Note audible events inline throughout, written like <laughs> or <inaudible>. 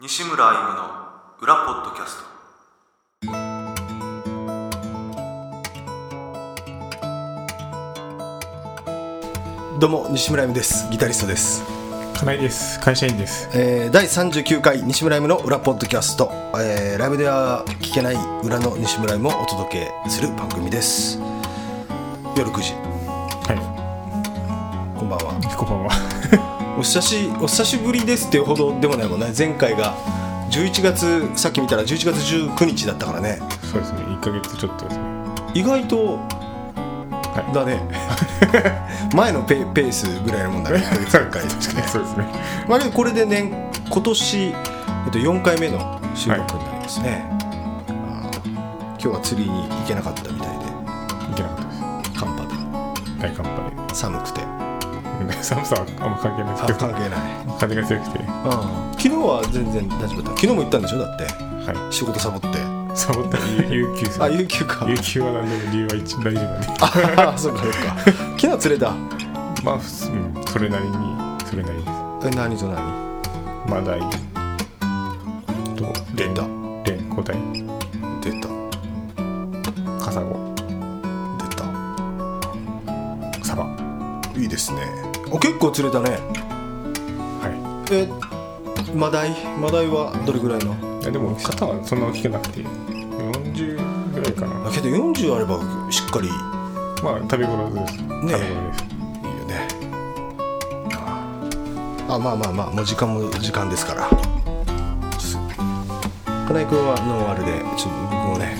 西村歩夢の裏ポッドキャストどうも西村ゆみですギタリストです、金井です会社員ですえー、第39回西村ゆみの裏ポッドキャスト、えー、ライブでは聞けない裏の西村ゆみをお届けする番組です夜9時はこんばんはいこんばんはお久しお久しぶりですっていうほどでもないもんね前回が11月さっき見たら11月19日だったからねそうですね1ヶ月ちょっとですね意外とはだね <laughs> 前のペペースぐらいのもんだね1ヶ <laughs> い月1回確かにそうですねまあでもこれで年今年、えっと、4回目の収録になりますね、あー今日は釣りに行けなかったみたいでいけなかったです寒波で大寒波寒くてで寒さはあんま関係ないですけ関係ない、ど風が強くてはうん、昨日は全然大丈夫だった昨日も行ったんでしょだってい仕事サボってサボったら有有給ですあ有給か有給は何でも理由は一大丈夫なんで <laughs> ああそうかそうか昨日は釣れたまあ普通、うん、それなりにそれなりですえ何と何マダイと出たレンコダイ出たカサゴ出たサバはいいですねお結構釣れたねいえマダイマダイはどれぐらいのいやでも肩はそんな大きくなくて40ぐらいかなだけど40あればしっかりまあ食べ頃です。食べ頃でいす。いよねあまあまあまあもう時間も時間ですから金井君はノンアルでちょっと僕もね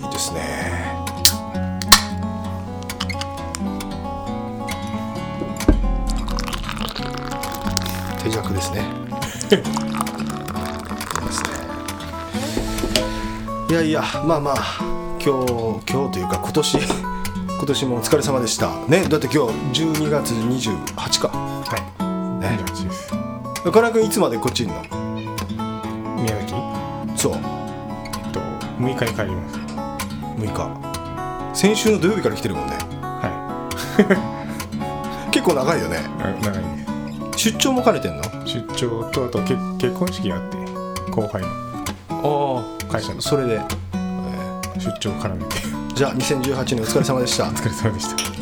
いいですね <laughs> 手弱ですねいいですねいやいやまあまあ今日今日というか今年 <laughs> 今年もお疲れ様でしたねだって今日12月28かはい。ねね、28です。中村君いつまでこっちいんの宮崎、そうえっと、6日に帰ります。 6日先週の土曜日から来てるもんねは結構長いよねい。な長いで出張も兼ねてんのす。出張と、あと結結婚式があって、後輩のあ会社のそれで出張を絡めて、 <laughs> じゃあ2018年お疲れ様でしたお疲れ様でした。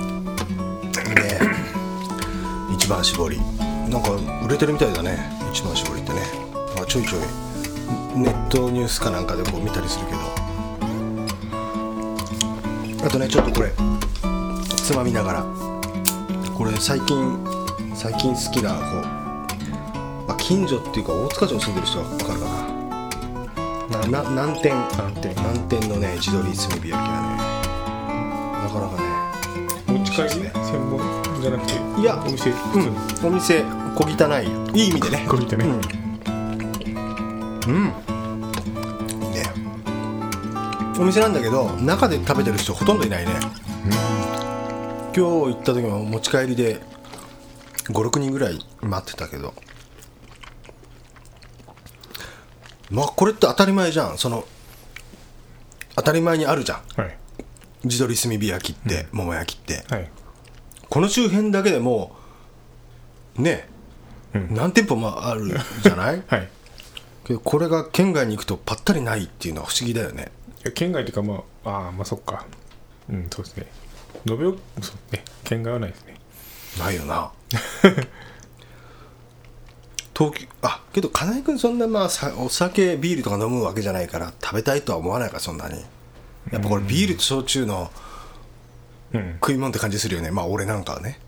ね一番搾りなんか売れてるみたいだね一番搾りってね、まあ、ちょいちょいネットニュースかなんかでこう見たりするけどあとねちょっとこれつまみながらこれ最近最近好きなこう、まあ、近所っていうか大塚町に住んでる人は分かるかなな南天なんて、南天のね地鶏炭火焼きはねなかなかね持ち帰り専門じゃなくて、いやお店、うん、お店小汚いいい意味でねこういったね、いいねお店なんだけど中で食べてる人ほとんどいないね、今日行った時も持ち帰りで56人ぐらい待ってたけどまあこれって当たり前じゃんその当たり前にあるじゃんはい。地鶏炭火焼きって、桃焼きってはい。この周辺だけでもうね、うん何店舗もあるじゃ <laughs> ないはい。けどこれが県外に行くとぱったりないっていうのは不思議だよねいや県外というか、まあ、ああ、まあそっか。うん、そうですね。延べそうね。県外はないですね。ないよ <laughs> な東京あけど金井君そんなまあさお酒ビールとか飲むわけじゃないから食べたいとは思わないからそんなにやっぱこれビールと焼酎のうん。食い物って感じするよねまあ俺なんかはね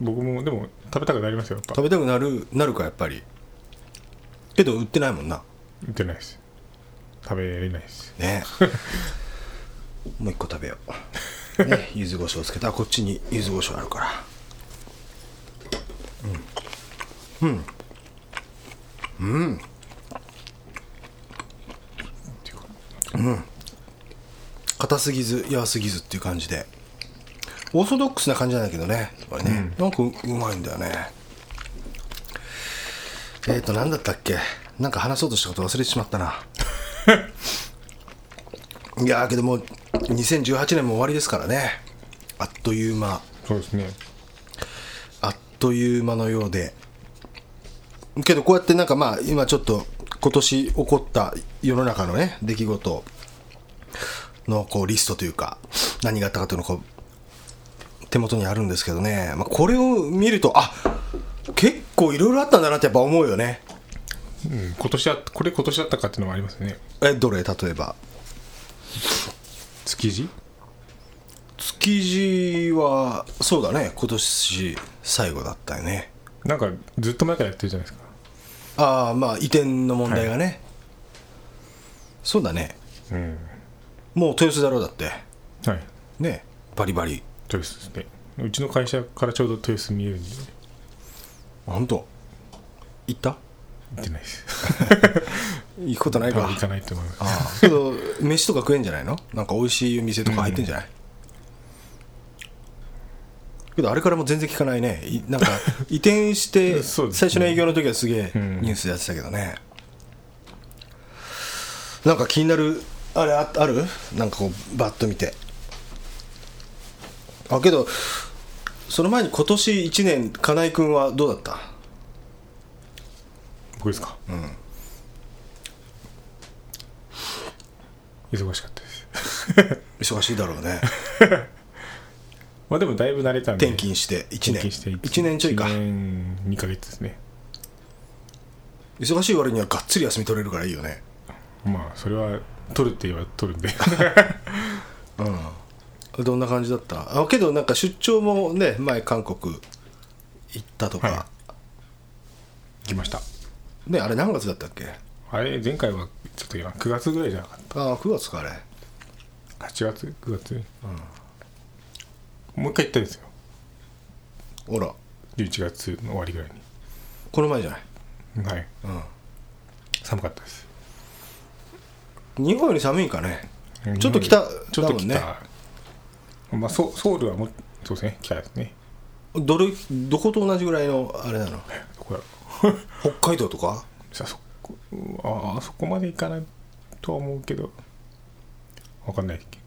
僕も、でも、食べたくなりますよ、やっぱ。食べたくなるなるかやっぱりけど売ってないもんな売ってないです。食べれないです。ねもう一個食べよ <laughs> う、ね、柚子胡椒つけたあこっちに柚子胡椒あるからっていうか硬すぎず柔すぎずっていう感じでオーソドックスな感じなんだけどねこれね、なんかううまいんだよねえっ、ー、と <laughs> 何だったっけなんか話そうとしたこと忘れてしまったないやーけどもう2018年も終わりですからねあっという間そうですねあっという間のようでけどこうやってなんかまあ今ちょっと今年起こった世の中のね出来事のこうリストというか何があったかというのをこう手元にあるんですけどね、まあ、これを見るとあ結構いろいろあったんだなってやっぱ思うよねうん今年あっこれ今年だったかっていうのもありますねえどれ例えば築地築地はそうだね今年最後だったよねなんかずっと前からやってるじゃないですかああまあ移転の問題がね、そうだねうんもう豊洲だろうだってはいねバリバリ豊洲ですねうちの会社からちょうど豊洲見えるんであ本当行った行ってないです行くことない多か分行かないと思いますああけど飯とか食えんじゃないのなんか美味しいお店とか入ってんじゃない、けどあれからもう全然聞かないねい <laughs> なんか移転してそうです最ね初の営業の時はすげえうんニュースやってたけどね、なんか気になるあれああるなんかこうバッと見てあけどその前に今年1年金井君はどうだった僕ですかうん忙しかったです忙しいだろう <laughs> ねまあでもだいぶ慣れたんで転勤して1年転勤して1年ちょいか1年2ヶ月ですね忙しい割にはがっつり休み取れるからいいよねまあそれは取るって言えば取る <laughs> んでうんどんな感じだったあけどなんか出張もね前韓国行ったとか、は来ましたねあれ何月だったっけあれ前回はちょっと今9月ぐらいじゃなかっああ9月かあれた8月9月、もう一回行ったんですよほら11月の終わりぐらいこの前じゃないにはい、寒かったです日本より寒いかねうんちょっと北だちょっともん来ねた、まあ、ソソウルはもうそうですね北ですねどれどこと同じぐらいのあれなのどこだろう北海道とかさそこああそこまで行かないとは思うけどわかんないけ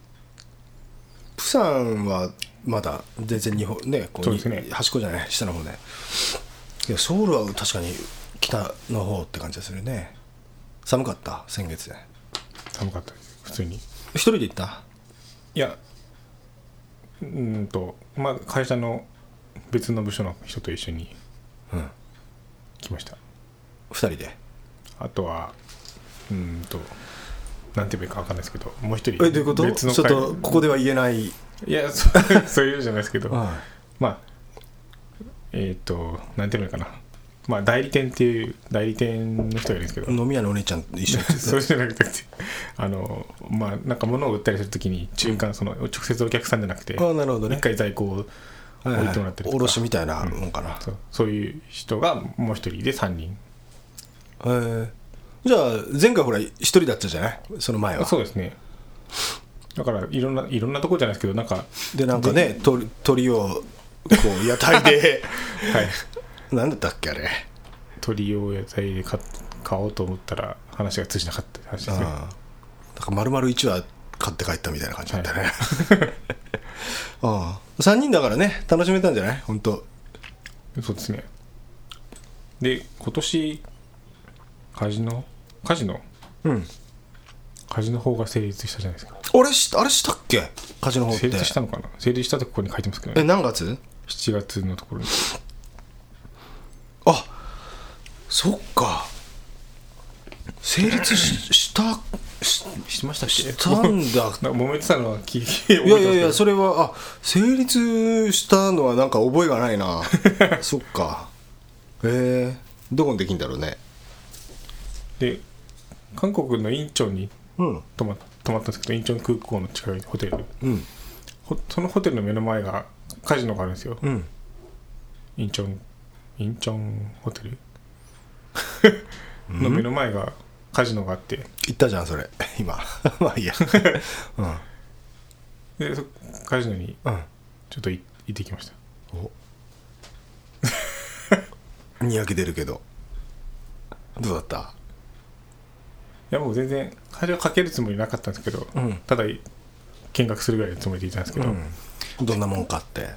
釜山はまだ全然日本ねこそうですね端っこじゃない下の方でいやソウルは確かに北の方って感じがするね寒かった先月で寒かったです普通に一人で行ったいやうーんとまあ会社の別の部署の人と一緒にうん来ました二人であとはうーんとなんて言えばいいかわかんないですけどもう一人えどういうことち別ょのっ会とここでは言えない、いや <laughs> そうそういうのじゃないですけどまはあえっ、となんて言えばいいのかなまあ代理店っていう代理店の人がいるんですけどい、飲み屋のお姉ちゃんと一緒にそうじゃなくてあのまあなんか物を売ったりするときに中間その直接お客さんじゃなく <laughs> てああなるほどね一回在庫を置はいいてはもらいってるとか卸みたいなもんかな、そうそういう人がもう一人で3人へえじゃあ前回ほら一人だったじゃないその前はそうですねだからいろんないろんなとこじゃないですけどなんかでなんかね鳥鳥をこう屋台 <laughs> ではいなんだったっけあれ鳥を野菜で買っ買おうと思ったら話が通じなかったって話ですねあだから丸々1話買って帰ったみたいな感じだったね、 <laughs> ああ3人だからね楽しめたんじゃない本当そうですねで今年カジノカジノうんカジノ法が成立したじゃないですかあれしあれしたっけカジノ方っ成て立したのかな成立したってここに書いてますけどえね何月7月の <laughs> ところにあそっか成立ししたししましたっしたんだなんか揉めてたのは聞いていやいやいや覚それはあ成立したのはなんか覚えがない <laughs> なそっかへえどこにできんだろうねえてますで韓国の院長にうん泊ま泊まったんですけどインチョン空港の近くにホテルうんほそのホテルの目の前がカジノがあるんですよ、うんインチョンインチョンホテルの目の前がカジノがあって言ったじゃんそれ <laughs> 今まあいいやうんでそカジノにうんちょっとい行ってきましたにやけ出るけどどうだったやもう全然会場かけるつもりなかったんですけど、うんただ見学するぐらいのつもりでいたんですけど、どんなもんかって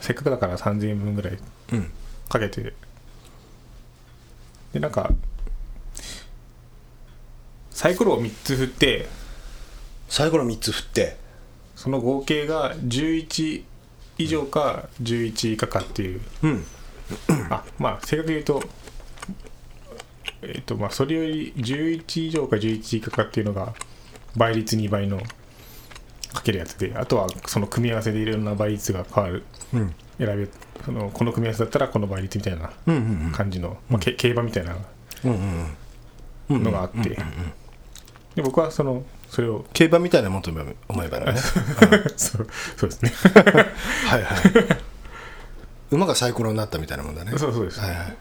せっかくだから3000円分ぐらいうんかけてでなんかサイコロを3つ振ってサイコロ3つ振ってその合計が11以上か11以下かっていううんあまあ正確に言うとえっ、とまあそれより11以上か11以下かっていうのが倍率2倍のかけるやつであとはその組み合わせでいろんな倍率が変わるうん選べそのこの組み合わせだったらこの倍率みたいなうんうん感じの、まあ、け競馬みたいなうんうんうんのがあってで僕はそのそれを競馬みたいなもんと思えば思えば <laughs> ねそうそ <laughs> うですねはい <laughs> はい馬がサイコロになったみたいなもんだねそうそうです、はいはい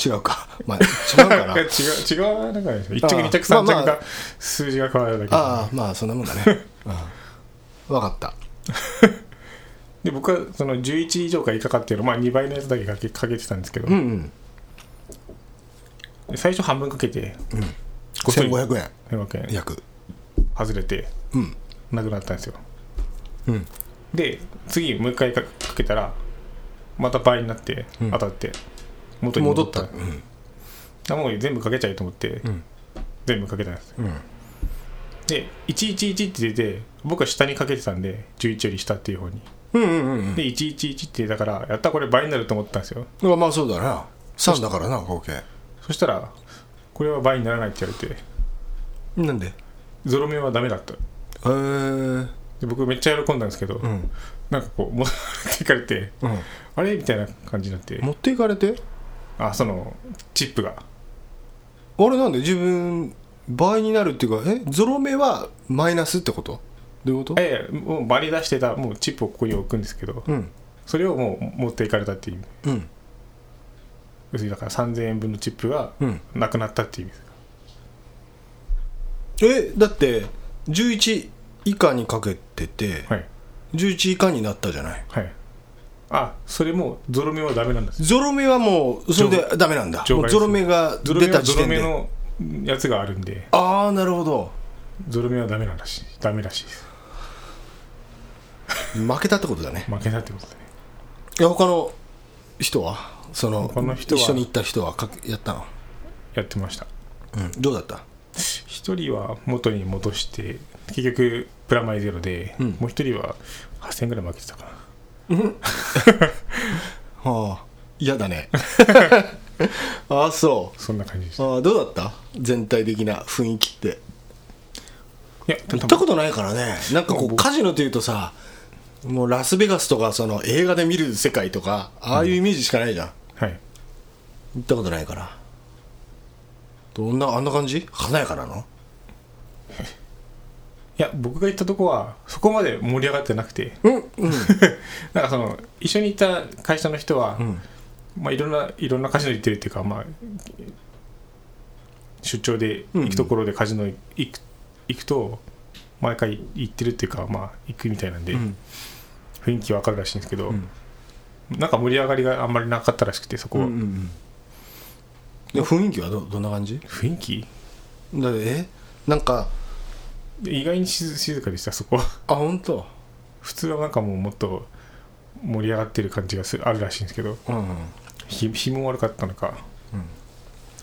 違うか <laughs> まあ違うか <laughs> ななんか違う違うなんかね1着あー2着3着まあまあが数字が変わるだけで、ああまあそんなもんだ <laughs> ねうんわかったで僕はその11以上か以下かっていうのまあ2倍のやつだけかけかけてたんですけど、うんうんで最初半分かけて、こっそり1500円1500円約外れてうんなくなったんですようんで次もう一回かかけたらまた倍になってん当たって元に戻戻っったたうんあもう全部かけちゃえと思って、ん全部かけたんですうんで111って出て僕は下にかけてたんで11より下っていう方にうんうんうんで111って出たからやったこれ倍になると思ったんですようんまあそうだな3だからな合計そしたらこれは倍にならないって言われてなんでゾロ目はダメだったえーで僕めっちゃ喜んだんですけど、んなんかこう持っていかれてうんあれみたいな感じになって持っていかれてあそのチップがあれなんで自分倍になるっていうかえゾロ目はマイナスってことどういうこといやいやもうバリ出してたもうチップをここに置くんですけど、うんそれをもう持っていかれたっていう意味うん要するにだから3000円分のチップがうんなくなったっていう意味ですえだって11以下にかけてて、はい11以下になったじゃないはいあそれもゾロ目はダメなんですゾロ目はもうそれでダメなんだ除も外うゾロ目がゾロ目出はたゾ時ロ点目でのやつがあるんでああなるほどゾロ目はダメなんらしいダメらしいです負けたってことだね負けたってことでねいや他の人はその他の人は一緒に行った人はかけやったの、やってましたうん、どうだった一人は元に戻して結局プラマイゼロで、うんもう一人は8000円ぐらい負けてたかなはあ嫌だね <laughs> ああそそんな感じですうああどうだった全体的な雰囲気っていや行ったとことないからねなんかこうカジノというとさもうラスベガスとかその映画で見る世界とかああいうイメージしかないじゃん、はい行ったことないからどんなあんな感じ華やかなのいや僕が行ったとこはそこまで盛り上がってなくてうんうん <laughs> なんかその一緒に行った会社の人は、んまあ、いろんないろんなカジノ行ってるっていうか、まあ、出張で行くところでカジノ行く,、行くと毎回行ってるっていうか、まあ、行くみたいなんで、ん雰囲気わかるらしいんですけど、なんか盛り上がりがあんまりなかったらしくてそこは、で雰囲気はどどんな感じ雰囲気だえなんか意外に静静かでしたそこはあ本当。普通はなんかもうもっと盛り上がってる感じがすあるらしいんですけどうんうん日日も悪かったのか、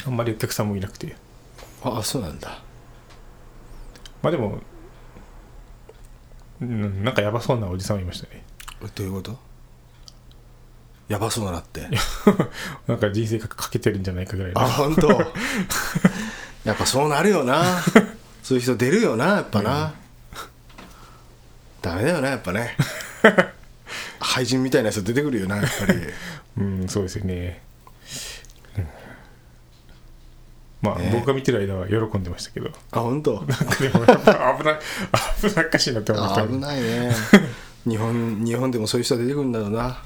あんまりお客さんもいなくてあそうなんだまあでもうんなんかやばそうなおじさんはいましたねどういうことやばそうだなってなんか人生かかけてるんじゃないかぐらいのあ本当。やっぱそうなるよなそういう人出るよなやっぱな、ダメだよなやっぱ <laughs> ね廃人みたいな人出てくるよなやっぱ <laughs> りうんそうですよね、うんまあ、ね僕が見てる間は喜んでましたけどあ本当。なんかでもやっぱ危ない危なっかしいなって思っあたー危ないね <laughs> 日本日本でもそういう人は出てくるんだろう <laughs> な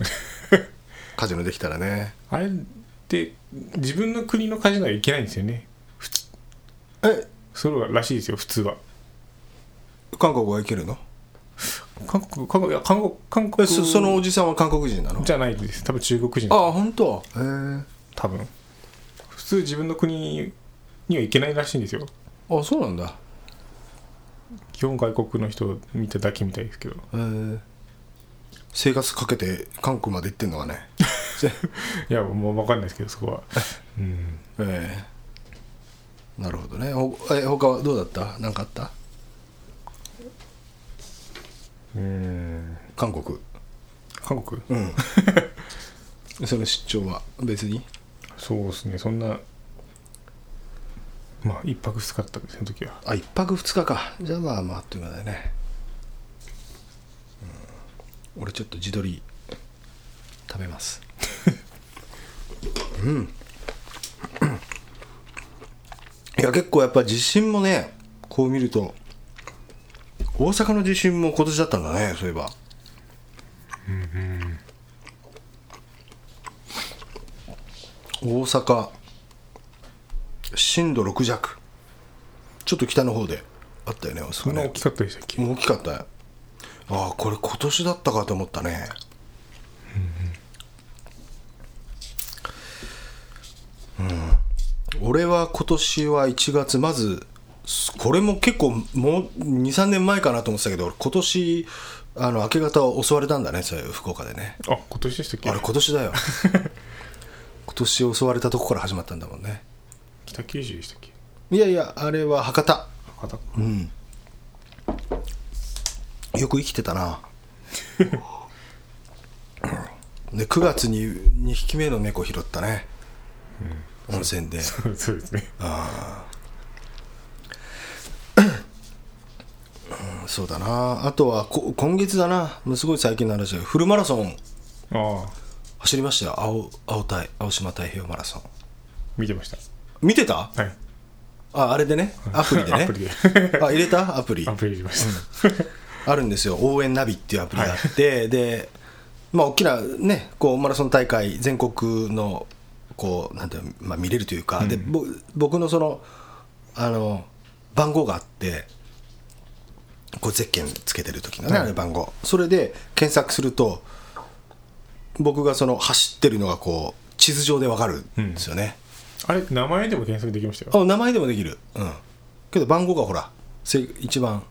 カジノできたらねあれって自分の国のカジノはいけないんですよね普通えそれらしいですよ普通は韓国はいけるの韓国韓国いや韓国韓え国そそのおじさんは韓国人なのじゃないです多分中国人ああ本当。へえ多分普通自分の国にはいけないらしいんですよあそうなんだ基本外国の人見ただけみたいですけどへえ生活かけて韓国まで行ってんのが <laughs> ねいやもう分かんないですけどそこは <laughs> うんええなるほどねほえ他はどうだった何かあったうん韓国韓国 <laughs> うんその出張は別にそうですねそんなまあ一泊二日だったんですよその時はあ一泊二日かじゃあまあまああっという間だよね、うん、俺ちょっと自撮り食べます <laughs> うんいや結構やっぱ地震もねこう見ると大阪の地震も今年だったんだねそういえば大阪震度6弱ちょっと北の方であったよね大そ阪んなね大きかったでしたっけ大きかったよああこれ今年だったかと思ったねうん、俺は今年は1月まずすこれも結構もう23年前かなと思ってたけど俺今年あの明け方を襲われたんだねそれ福岡でねあ今年でしたっけあれ今年だよ今年襲われたとこから始まったんだもんね北九州でしたっけいやいやあれは博多博多うんよく生きてたな <laughs> で9月に2匹目の猫拾ったね、温泉でそうですねそうだなあとはこ今月だなもうすごい最近の話だけどフルマラソンああ走りましたよ青青太青島太平洋マラソン見てました見てたはいああれでねアプリでね <laughs> アプリであ入れたアプリアプリしましたあるんですよ、応援ナビっていうアプリがあって、で、まあ、大きなね、こう、マラソン大会、全国の、こう、なんていうの、まあ、見れるというか、で、ぼ僕のその、あの、番号があって、こう、ゼッケンつけてる時のね、あれ番号。それで、検索すると、僕がその、走ってるのが、こう、地図上でわかるんですよね。あれ名前でも検索できましたよあ名前でもできる、うん、けど番号がほらせ一番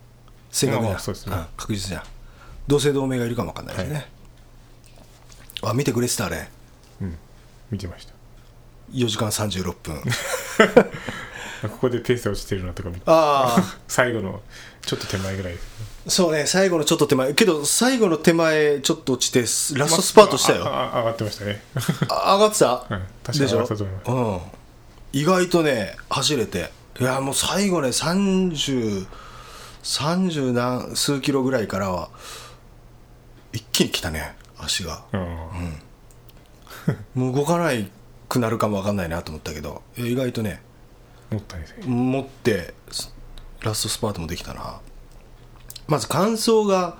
正確な、まあまあそうですねん確実じゃん同姓同名がいるかもわかんないですね、あ見てくれてたあれうん見てました4時間36分 <laughs> あここでペース落ちてるなとか見てああ最後のちょっと手前ぐらいですねそうね最後のちょっと手前けど最後の手前ちょっと落ちてすラストスパートしたよ、ああ上がってましたねあ上がってた、うん確かにでし上がょってたと思いますうん、意外とね走れていやもう最後ね3030何数キロぐらいからは一気に来たね足がうんもう動かないくなるかも分かんないなと思ったけどいや意外とねもったいないですね持ってスラストスパートもできたなまず完走が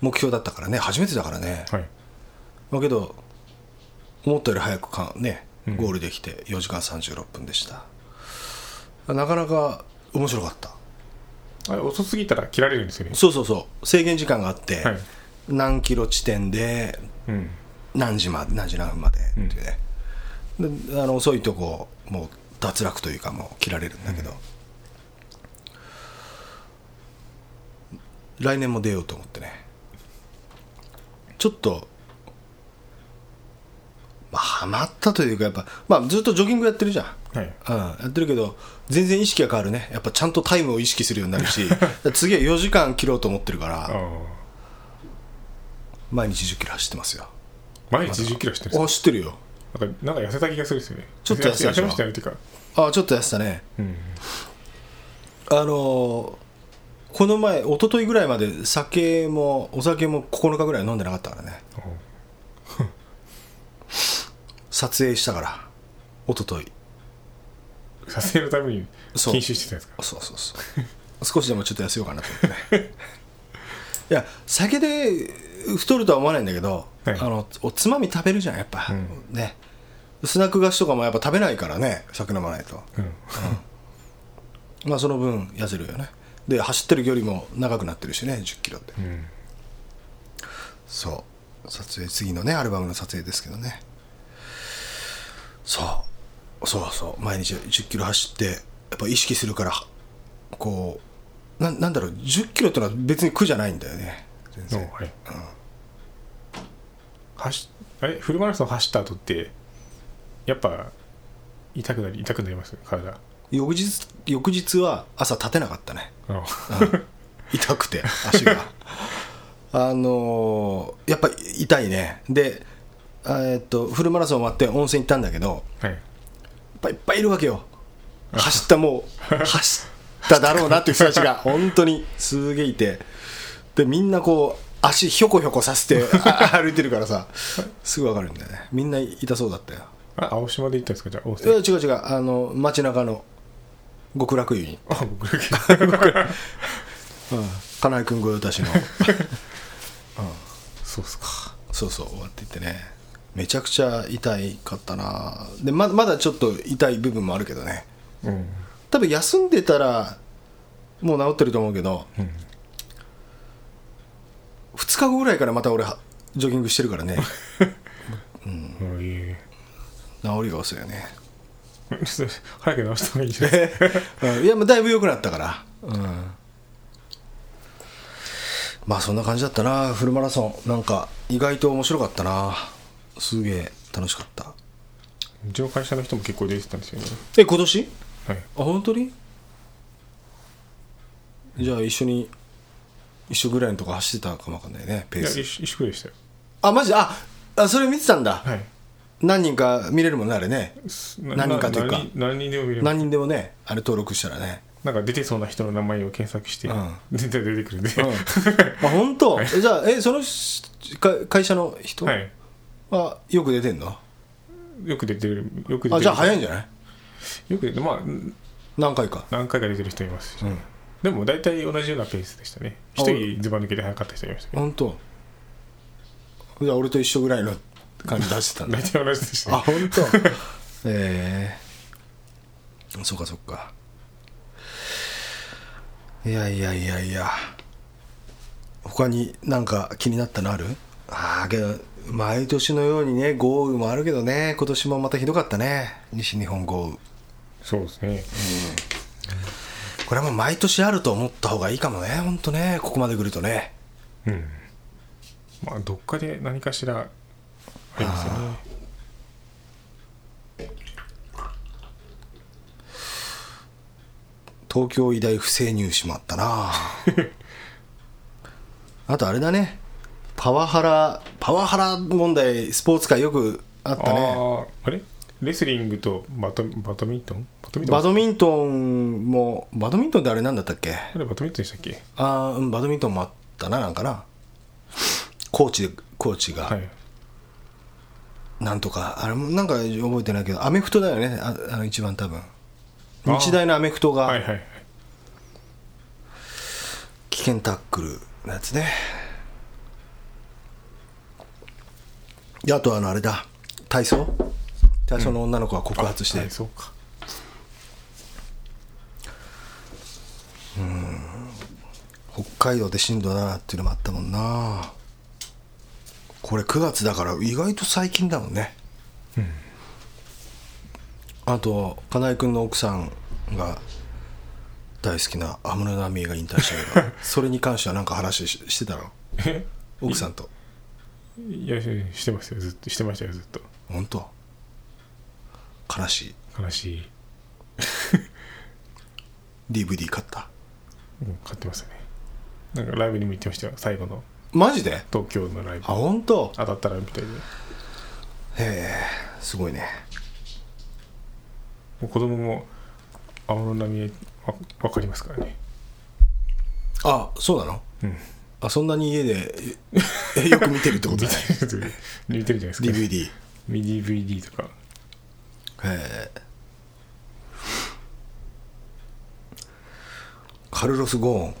目標だったからね初めてだからねはいだけど思ったより早くかねうんゴールできて4時間36分でした、なかなか面白かったあれ遅すぎたら切られるんですよねそうそうそう制限時間があって、はい何キロ地点でうん何時まで何時何分までっていうね、であの遅いとこもう脱落というかもう切られるんだけど、来年も出ようと思ってねちょっとまあハマったというかやっぱ、まあ、ずっとジョギングやってるじゃんはいうん、やってるけど全然意識が変わるねやっぱちゃんとタイムを意識するようになる <laughs> し次は4時間切ろうと思ってるかあらあ毎日1 0キロ走ってますよ毎日1 0キロしてるんであ知ってるよすかなんかなんか痩せた気がするんですよねちょっと痩せたでしょましたよ <laughs> ねっていうかあちょっと痩せたねうんあのーこの前一昨日ぐらいまで酒もお酒も9日ぐらい飲んでなかったからねあ撮影したから一昨日あ撮影のためにそう禁止してたんですかそうそうそう少しでもちょっと痩せようかなと思って <laughs> ねいや酒で太るとは思わないんだけど、はいあのおつまみ食べるじゃんやっぱ、んねスナック菓子とかもやっぱ食べないからね酒飲まないとうんまあその分痩せるよねで走ってる距離も長くなってるしね1 0キロってうんそう撮影次のねアルバムの撮影ですけどねそうそうそう毎日1 0キロ走ってやっぱ意識するからこうななんだろう1 0キロってのは別に苦じゃないんだよね全お然はい走っえフルマラソン走った後ってやっぱ痛くなり痛くなります体翌日翌日は朝立てなかったねあ <laughs> 痛くて足が <laughs> あのーやっぱ痛いねでえーっとフルマラソン終わって温泉行ったんだけど <laughs> はいやっぱいっぱいいるわけよ走ったも <laughs> う走っただろうなっていう人たちが本当にすげえいてでみんなこう足ひょこひょこさせてあ歩いてるからさすぐ分かるんだよねみんな痛そうだったよあ青島で行ったんですかじゃあ温いや泉違う違うあの街中の極楽湯にあ僕だ <laughs> け金井君ご用達のそうっすかそうそう終わっていってねめちゃくちゃ痛いかったなでままだちょっと痛い部分もあるけどねうん多分休んでたらもう治ってると思うけど、うん2日後ぐらいからまた俺はジョギングしてるからねうんいえい <laughs> 治りが遅いよねえちょっと早く直した方がいいんじゃないですかうんいやもうだいぶ良くなったからうんまあそんな感じだったなフルマラソンなんか意外と面白かったなすげえ楽しかったうちの会社の人も結構出てたんですよねえ今年はいあ本当にじゃあ一緒に一緒ぐらいのとこ走ってたかもわかんないねペいーやス一一緒でしたよあマジああそれ見てたんだ、はい何人か見れるもんねあれねな何人かというかな何何人でも見れます何人でもねあれ登録したらねなんか出てそうな人の名前を検索してうん全体出てくるんで、うんあ本当、じゃあえそのしか会社の人 <laughs> ははいよく出てんの、よく出てるよく出てるあじゃあ早いんじゃないよく出てまあ何回か何回か出てる人いますし、うんでも大体同じようなペースでしたねあ一人ズバ抜けで早かった人いましたけど本当じゃあ俺と一緒ぐらいの感じ出してたんだ大体同じでしたあね本当 <laughs> ええそうかそうかいやいやいやいや他になんか気になったのあるああけど毎年のようにね豪雨もあるけどね今年もまたひどかったね西日本豪雨そうですねこれはもう毎年あると思った方がいいかもね本当ねここまで来るとねうんまあどっかで何かしらありますよね東京医大不正入試もあったな <laughs> あとあれだねパワハラパワハラ問題スポーツ界よくあったねあああれレスリングとバドバドミントンバドミントンバドミントンもバドミントンってあれなんだったっけあれバドミントンでしたっけあーうんバドミントンもあったななんかなコーチコーチはがいなんとか、あれもなんか覚えてないけどアメフトだよねああの一番多分日大のアメフトが、はいはいはい危険タックルのやつねであとはあのあれだ体操体操の女の子が告発して、はいそうか北海道で震度7っていうのもあったもんなこれ9月だから意外と最近だもんね、あと金井君の奥さんが大好きな安室奈美恵が引退したけどそれに関しては何か話ししてたのえ奥さんといやしてますよずっとしてましたよずっと本当悲しい悲しい DVD 買ったうん買ってましたねなんかライブにも行ってましたよ最後のマジであ東京のライブ本当当たったらみたいでもへえすごいねう子供も安室奈美恵わわかりますからね <laughs> あそうなのうんあそんなに家でえ <laughs> よく見てるってこと見ね <laughs> てる見てるじゃないですか DVD へ DVD とかえカルロス・ゴーン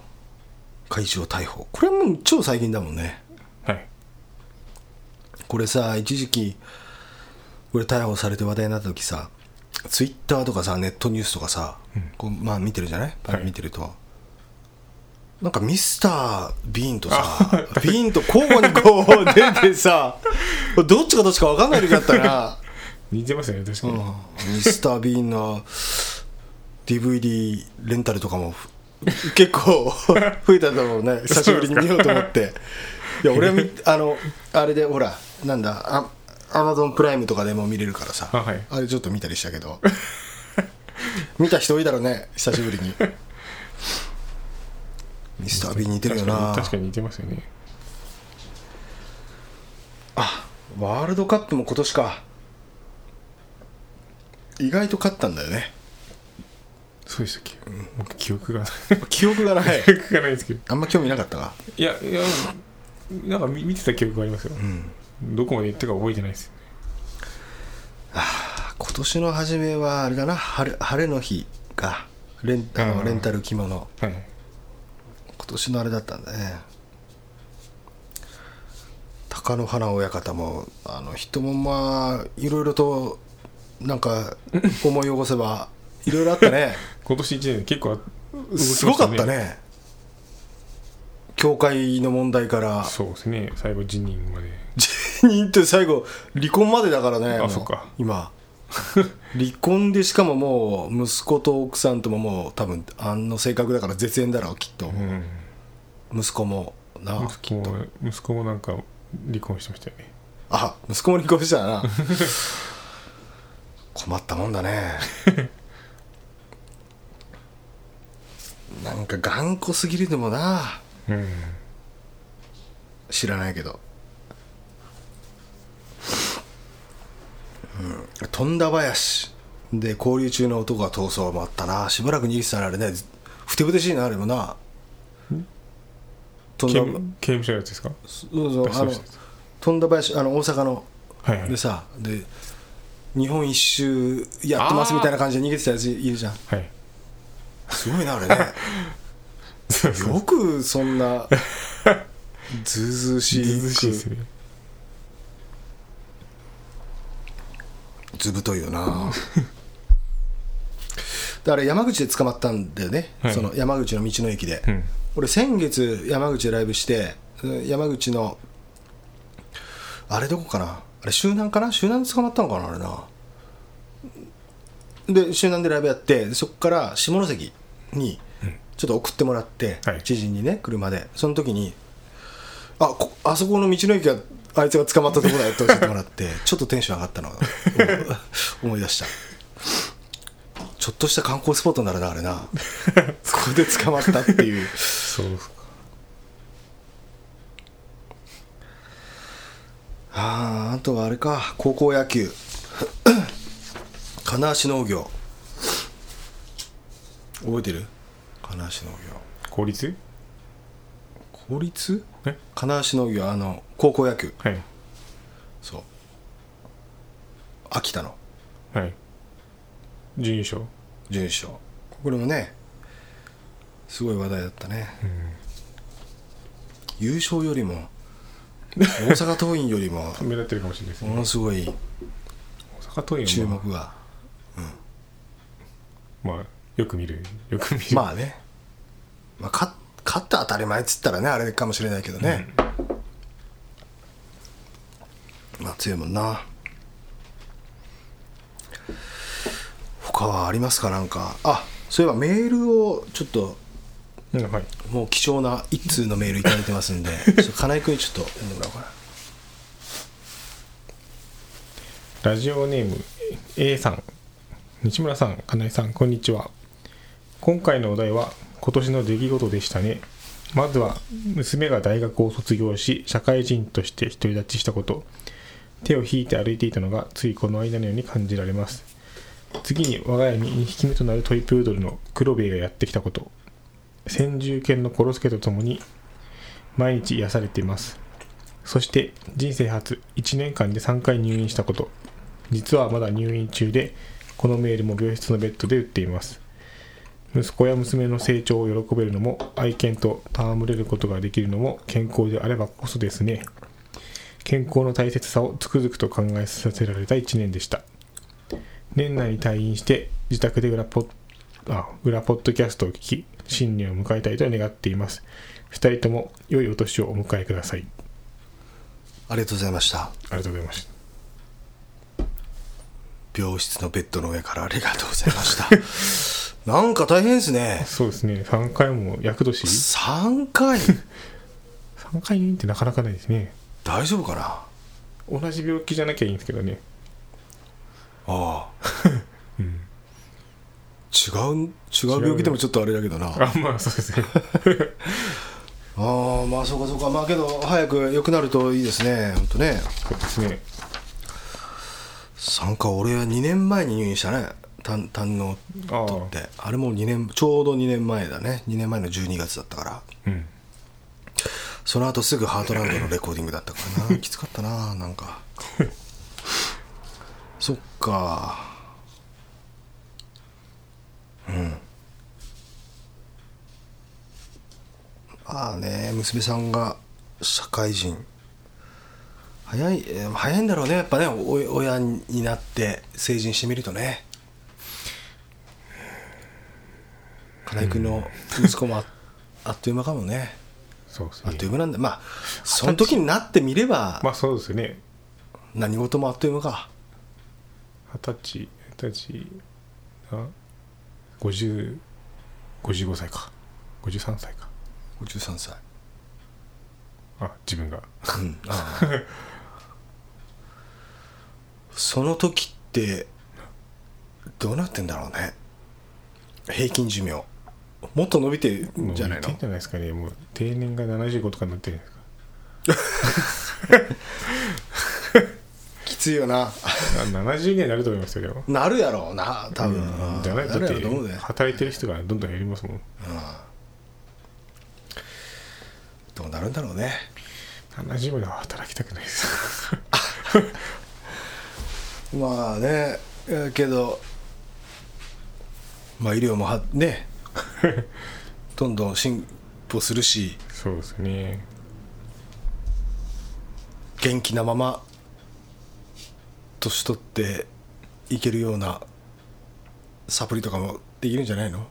会長逮捕これはもう超最近だもんねはいこれさ一時期俺逮捕されて話題になった時さツイッターとかさネットニュースとかさ、こうまあ見てるじゃない、はい見てるとなんかミスター・ビーンとさビ <laughs> ーンと交互にこう出てさどっちがどっちか分かんない時あったな似てますよね確かうんに、ミスター・ビーンの DVD レンタルとかもふ結構 <laughs> 増えただろうね久しぶりに見ようと思っていや俺はみあのあれでほらなんだあアマゾンプライムとかでも見れるからさあはいあれちょっと見たりしたけど見た人多いだろうね久しぶりにミスター・ビーン似てるよな確かに似てますよねあワールドカップも今年か意外と勝ったんだよねそうでしたっけ、僕記憶 <laughs> が記憶がない記憶がないですけどあんま興味なかったかいやいやなんか見見てた記憶がありますよ、どこまで行ったか覚えてないです今年の初めはあれだな晴れ晴れの日かレンあうのんレンタル着物はい今年のあれだったんだね貴乃花親方もあの人もまあいろいろとなんか思い起こせば <laughs> いろいろあったね今年1年で結構動きましたねすごかったね教会の問題からそうですね最後辞任まで辞任って最後離婚までだからねもうそっか今離婚でしかももう息子と奥さんとももう多分あの性格だから絶縁だろうきっと、うん息子もな息子も息子もなんか離婚してましたよねあ息子も離婚したな <laughs> 困ったもんだね <laughs> なんか頑固すぎるのもなうん知らないけど、うん、富田林で交流中の男が逃走もあったなしばらく逃げてたらあれねふてぶてしいなあれもな富刑田務刑務所のやつですかそうそうあそうのです富田林あの大阪のはいはいでさで日本一周やってますみたいな感じで逃げてたやついるじゃんはいすごいなあれねそうそ <laughs> うよくそんなずうずうしいずうずうしいですねずぶといよなだから山口で捕まったんだよね、はいその山口の道の駅で、うん俺先月山口でライブしてうん山口のあれどこかなあれ周南かな周南で捕まったのかなあれなで周南でライブやってそこから下関にちょっと送ってもらって、はい知人にね車でその時にあこあそこの道の駅があいつが捕まったとこだよって教えてもらって <laughs> ちょっとテンション上がったのを <laughs> 思い出したちょっとした観光スポットになるなあれ <laughs> なそこで捕まったっていうそうですかあああとはあれか高校野球 <clears throat> 金足農業覚えてる金足農業効率公立え金足農業あの高校野球はいそう秋田のはい準優勝準優勝これもねすごい話題だったね、優勝よりも大阪桐蔭よりも目立ってるかもしれないですもねのすごい大阪桐注蔭は目がまあよく見るよく見るまあね、まあ、勝勝った当たり前っつったらねあれかもしれないけどね、まあ強いもんな他はありますかなんかあそういえばメールをちょっとうんはいもう貴重な一通のメールいただいてますんでちょっと金井君にちょっと読んでもらおうかなラジオネーム A さん西村さん金井さんこんにちは今回のお題は今年の出来事でしたねまずは娘が大学を卒業し社会人として独り立ちしたこと手を引いて歩いていたのがついこの間のように感じられます次に我が家に2匹目となるトイプードルの黒ベイがやってきたこと先住犬のコロスケとともに毎日癒されていますそして人生初1年間で3回入院したこと実はまだ入院中でこのメールも病室のベッドで打っています息子や娘の成長を喜べるのも愛犬と戯れることができるのも健康であればこそですね健康の大切さをつくづくと考えさせられた1年でした年内に退院して自宅で裏ポッあ裏ポッドキャストを聞き新年を迎えたいと願っています2人とも良いお年をお迎えくださいありがとうございましたありがとうございました。病室のベッドの上からありがとうございましたなんか大変ですねそうですね3回も厄年3 3回回ってなかなかないですね大丈夫かなあ同じ病気じゃなきゃいいんですけどねあ、違う違う病気でもちょっとあれだけどなああまあそうですねあまあそうかそうかまあけど早く良くなるといいですね本当ねそうですね参加俺は2年前に入院したね胆胆のあとっあて <laughs> あれも2年ちょうど2年前だね2年前の12月だったからうんその後すぐハートランドのレコーディングだったからなきつかったななんかそっかうんああね娘さんが社会人早いえー早いんだろうねやっぱねお親になって成人してみるとね金井君の息子もあ <laughs> あっという間かもねそうですあっというね間なんだまあその時になってみればまあそうですね何事もあっという間か二十歳二十歳あ50 55歳か53歳か53歳あ自分がうんああその時ってどうなってんだろうね平均寿命もっと伸びてもんうじゃない言ってのんじゃないですかねもう定年が75とかになってるんですかきついよなあ70にはなると思いますよでもなるやろうな多分、じゃないなとるだっやろうと思うてね働いてる人がどんどん減りますもんどうなるんだろうね70までは働きたくないです <laughs> まあねえーけどまあ医療もは <laughs> ねどんどん進歩するしそうですね元気なまま年取っていけるようなサプリとかもできるんじゃないの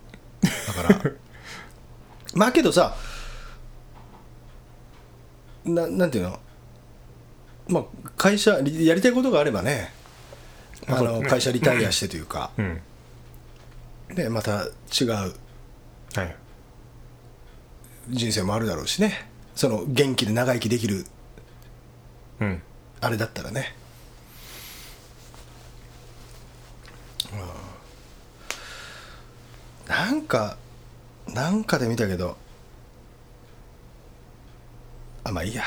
だから <laughs> まあけどさななんていうのまあ会社りやりたいことがあればねまああそうのね会社リタイアしてというかうんでまた違うはい人生もあるだろうしねその元気で長生きできるうんあれだったらねうんなんかなんかで見たけどあまあいいや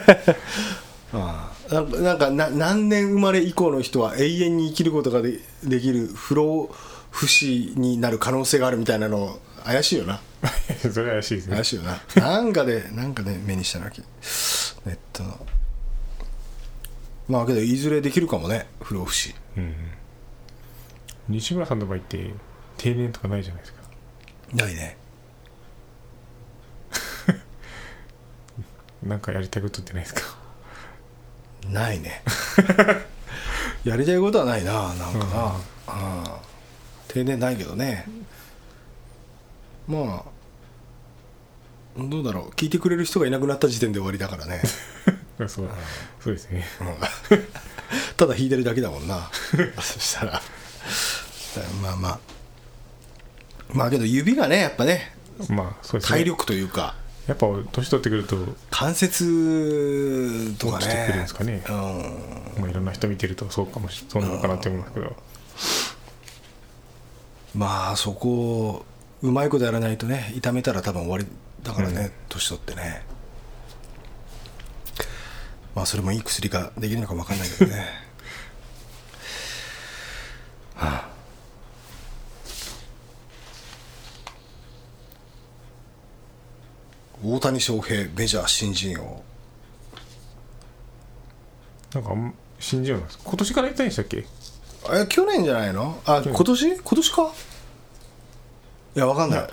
<laughs> ああなんかなんかな何年生まれ以降の人は永遠に生きることがでできる不老不死になる可能性があるみたいなの怪しいよな <laughs> それは怪しいですね怪しいよ <laughs> ななんかでなんかね目にしたなきネットのまあけどいずれできるかもね不老不死うん西村さんの場合って定年とかないじゃないですかないねなんかやりたいことってないですか <laughs> ないね <laughs> やりたいことはないななんかな、うん定年ないけどねまあどうだろう聞いてくれる人がいなくなった時点で終わりだからね、あそうそうですねうんただ弾いてるだけだもん <laughs> なそしたらだからまあまあまあけど指がねやっぱねまあそうですね体力というかやっぱ年取ってくると、関節とか落ちてくるんねですかねうんまあ、いろんな人見てるとそうかもしそうなのかなって思うんですけどまあそこをうまいことやらないとね痛めたら多分終わりだからね、うん年取ってねまあそれもいい薬ができるのかもわかんないけど <laughs> ねはあ大谷翔平メジャー新人王なんかあんま信じようなんです今年からやったんでしたっけ <laughs> え去年じゃないのあ今年今年かいやわかんないわ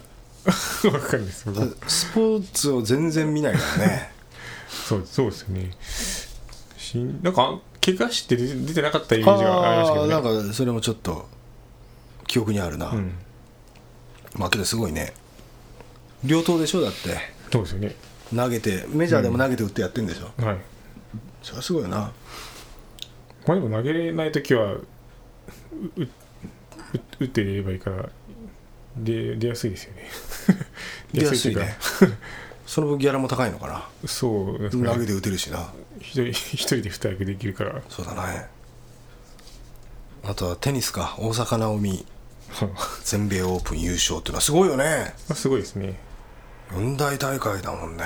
かんないです僕スポーツを全然見ないから <laughs> ねそうそうですよねしんなんか怪我して出て出てなかったイメージがありましたけどねあーなんかそれもちょっと記憶にあるな、うんまあけどすごいね両投でしょだってそうですよね投げてメジャーでも投げて打ってやってんでしょ、はいそれはすごいよなまあでも投げれない時はううう打って出ればいいからで出やすいですよね <laughs> 出やすっいてうかねその分ギャラも高いのかなそうです投げねで打てるしな一人一人で二役できるからそうだねあとはテニスか大坂なおみ全米オープン優勝っていうのはすごいよねまあすごいですね四大大会だもんね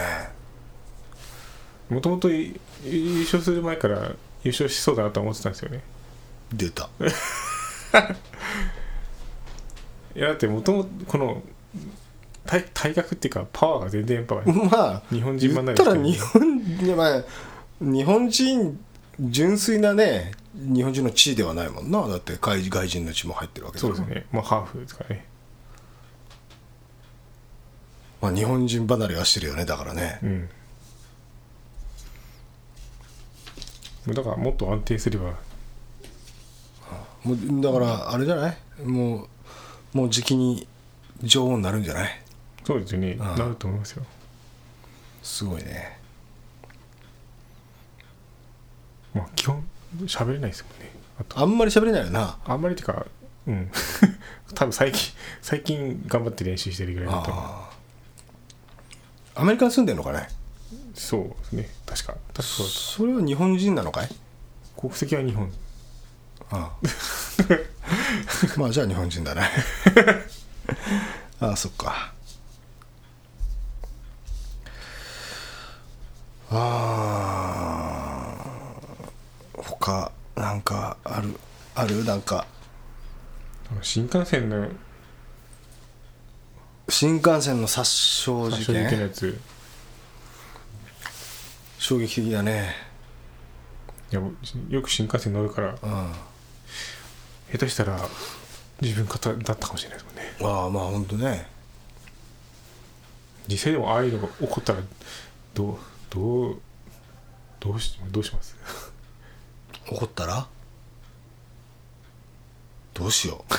もともとい優勝する前から優勝しそうだなとは思ってたんですよね出たいやだってもともとこの体体格っていうかパワーが全然やっぱまあ日本人離言ったれしてらる日本,、ねまあ、日本人純粋なね日本人の地位ではないもんなだって外外人の血も入ってるわけだそかうらですねまあハーフですからねまあ、日本人離れはしてるよねだからねうんだからもっと安定すればもうだからあれじゃないもうもうじきに女王になるんじゃないそうですよねああなると思いますよすごいねまあ基本喋れないですもんねあとあんまり喋れないよなあんまりっていうかうん <laughs> 多分最近最近頑張って練習してるぐらいだと思うああアメリカに住んでんのかねそうですね確か確かそうだとそれは日本人なのかい国籍は日本ああまあじゃあ日本人だねああそっかああ他なんかあるあるなんかあの新幹線の新幹線の殺傷事最初に件言ってのやつ衝撃的だねいや僕よく新幹線乗るからうんあ下手したら自分方だったかもしれないですもんねあまあほんとね実際でもああいうのが起こったらどうどうどうしどうします怒ったらどうし <laughs> よう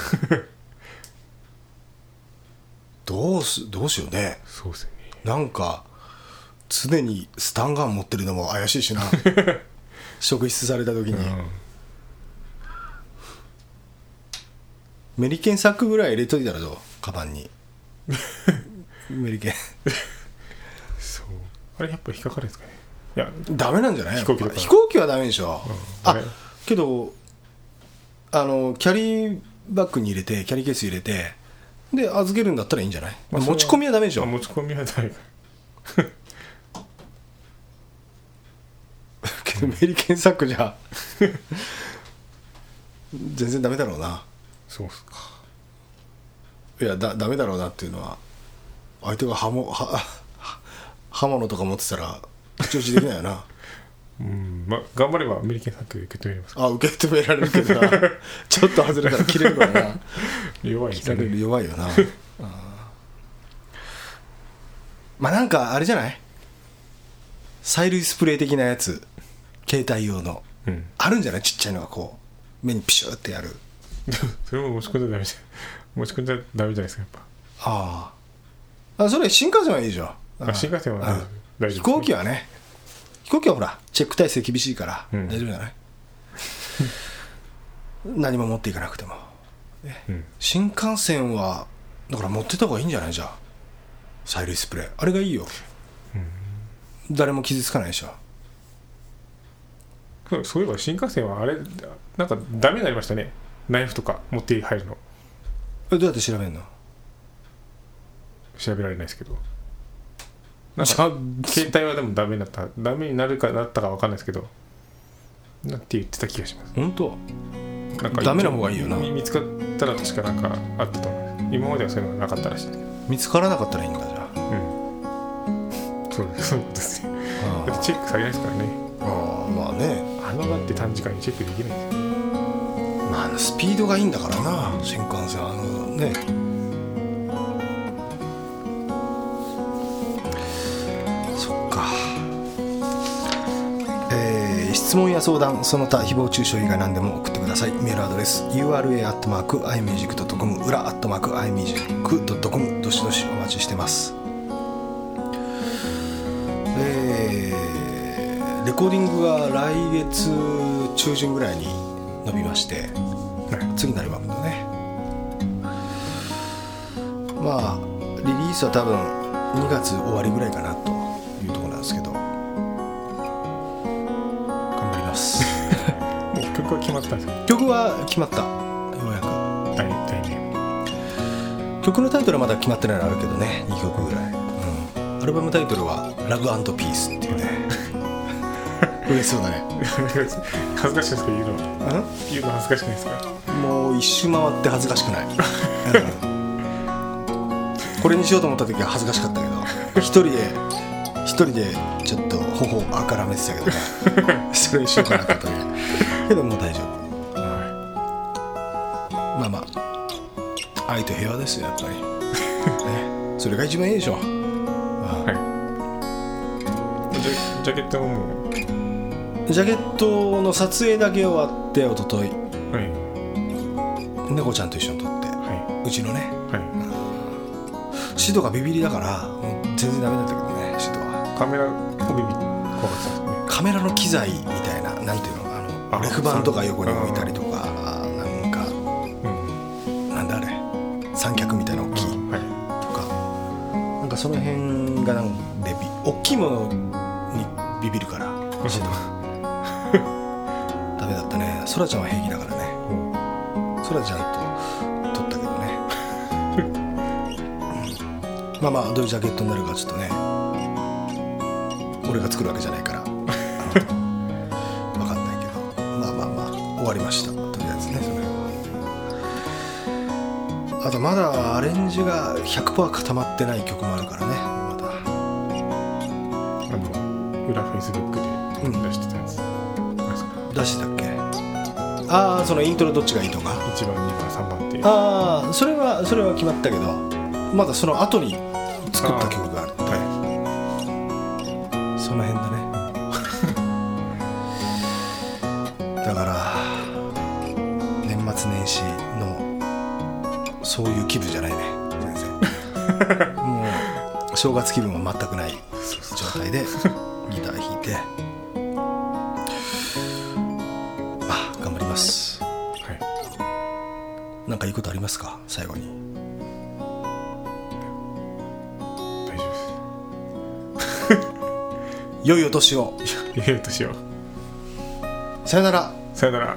どうすどうしようねそうですよねなんか常にスタンガン持ってるのも怪しいし <laughs> な職質された時に、うメリケンサックぐらい入れといたらどうカバン <laughs> にメリケんそうあれやっぱ引っかかるんですかねいやンダメなんじゃない飛行機だから飛行機はダメでしょ、うんああれけどあのキャリーバッグに入れてキャリーケース入れてで預けるんだったらいいんじゃない、まあそれは持ち込みはダメでしょあ持ち込みは誰かけどメリケンサックじゃ全然ダメだろうなそうっすかいやだダメだろうなっていうのは相手が刃もはは <laughs> 刃物とか持ってたら打ち打ちできないよなうんまあ頑張ればアメリカンサック受け止めますかあ受け止められるけどなちょっと外れたら切れるからなら弱いで切すられねる弱いよなあーまあなんかあれじゃない催涙スプレー的なやつ携帯用のうん <laughs> あるんじゃないちっちゃいのがこう目にピシューってやるそれも持ち込んじゃダメじゃん持ち込んじゃダメじゃないですかやっぱあああそれ新幹線はいいじゃんあ新幹線はうん大丈夫飛行機はね飛行機はほらチェック体制厳しいから、うん大丈夫じゃない何も持っていかなくてもねうん新幹線はだから持ってた方がいいんじゃないじゃあ催涙スプレーあれがいいよ、誰も傷つかないでしょそうそういえば新幹線はあれなんかダメになりましたねナイフとか持って入るのえどうやって調べるの調べられないですけどなんか携帯はでもダメになったダメになるかなったかわかんないですけどなんて言ってた気がします本当なんかダメな方がいいよなみ見つかったら確かなんかあったと思います今まではそういうのがなかったらしいんですけど見つからなかったらいいんだじゃうんそうですそういうことですねあだってチェックされないですからねあああまあねあのだって短時間にチェックできないんですよまああのスピードがいいんだからな新幹線あのねそっかえー質問や相談その他誹謗中傷以外何でも送ってくださいメールアドレス ura.imusic.com 裏 .imusic.com どしどしお待ちしてますえーレコーディングが来月中旬ぐらいに伸びましてはい次のアルバムだねまあリリースは多分2月終わりぐらいかなというところなんですけど頑張りますもう曲は決まったんですか <laughs> 曲は決まったようやく大大名曲のタイトルはまだ決まってないのあるけどね2曲ぐらい、うん、アルバムタイトルは「ラブピース」っていうね <laughs> 嬉しそうだね <laughs> 恥ずかしいですか言うの言うの恥ずかしくないですかもう一周回って恥ずかしくない、うんこれにしようと思った時は恥ずかしかったけど一人で一人でちょっと頬をあからめてたけどねそれにしようかなと思ったねけどもう大丈夫はまあまあ愛と平和ですよやっぱり、ね、それが一番いいでしょい、はい、ジャジャケットももジャケットの撮影だけ終わって一昨日うはい猫ちゃんと一緒に撮ってはうちのねいはシドがビビりだからもう全然ダメだったけどねシドはいカメラをビビ怖かったですねカメラの機材みたいななんていうのあのあレフ板とか横に置いたりとかあーなんかうんなんだあれ三脚みたいな大きいはとかなんかその辺がなんでび大きいものにビビるからん <laughs> シドはダメだったねそらちゃんは平気だからねいもうそらちゃんと撮ったけどねうんまあまあどういうジャケットになるかちょっとね俺が作るわけじゃないから分かんないけどまあまあまあ終わりましたとりあえずねそれはあとまだアレンジが100%固まってない曲もあるからねまだあの裏フェイスブックで出してたやつ、なんですか出してたっけああそのイントロどっちがいいとか1番2番3番ってああそれはそれは決まったけどまだその後に作った曲があるはその辺だね <laughs> だから年末年始のそういう気分じゃないね全然 <laughs> もう正月気分は全くない状態でギター弾いてあ頑張りますい、はなんかいいことありますか最後にい、大丈夫良いお年をですいやいやとしよさよならうさよなら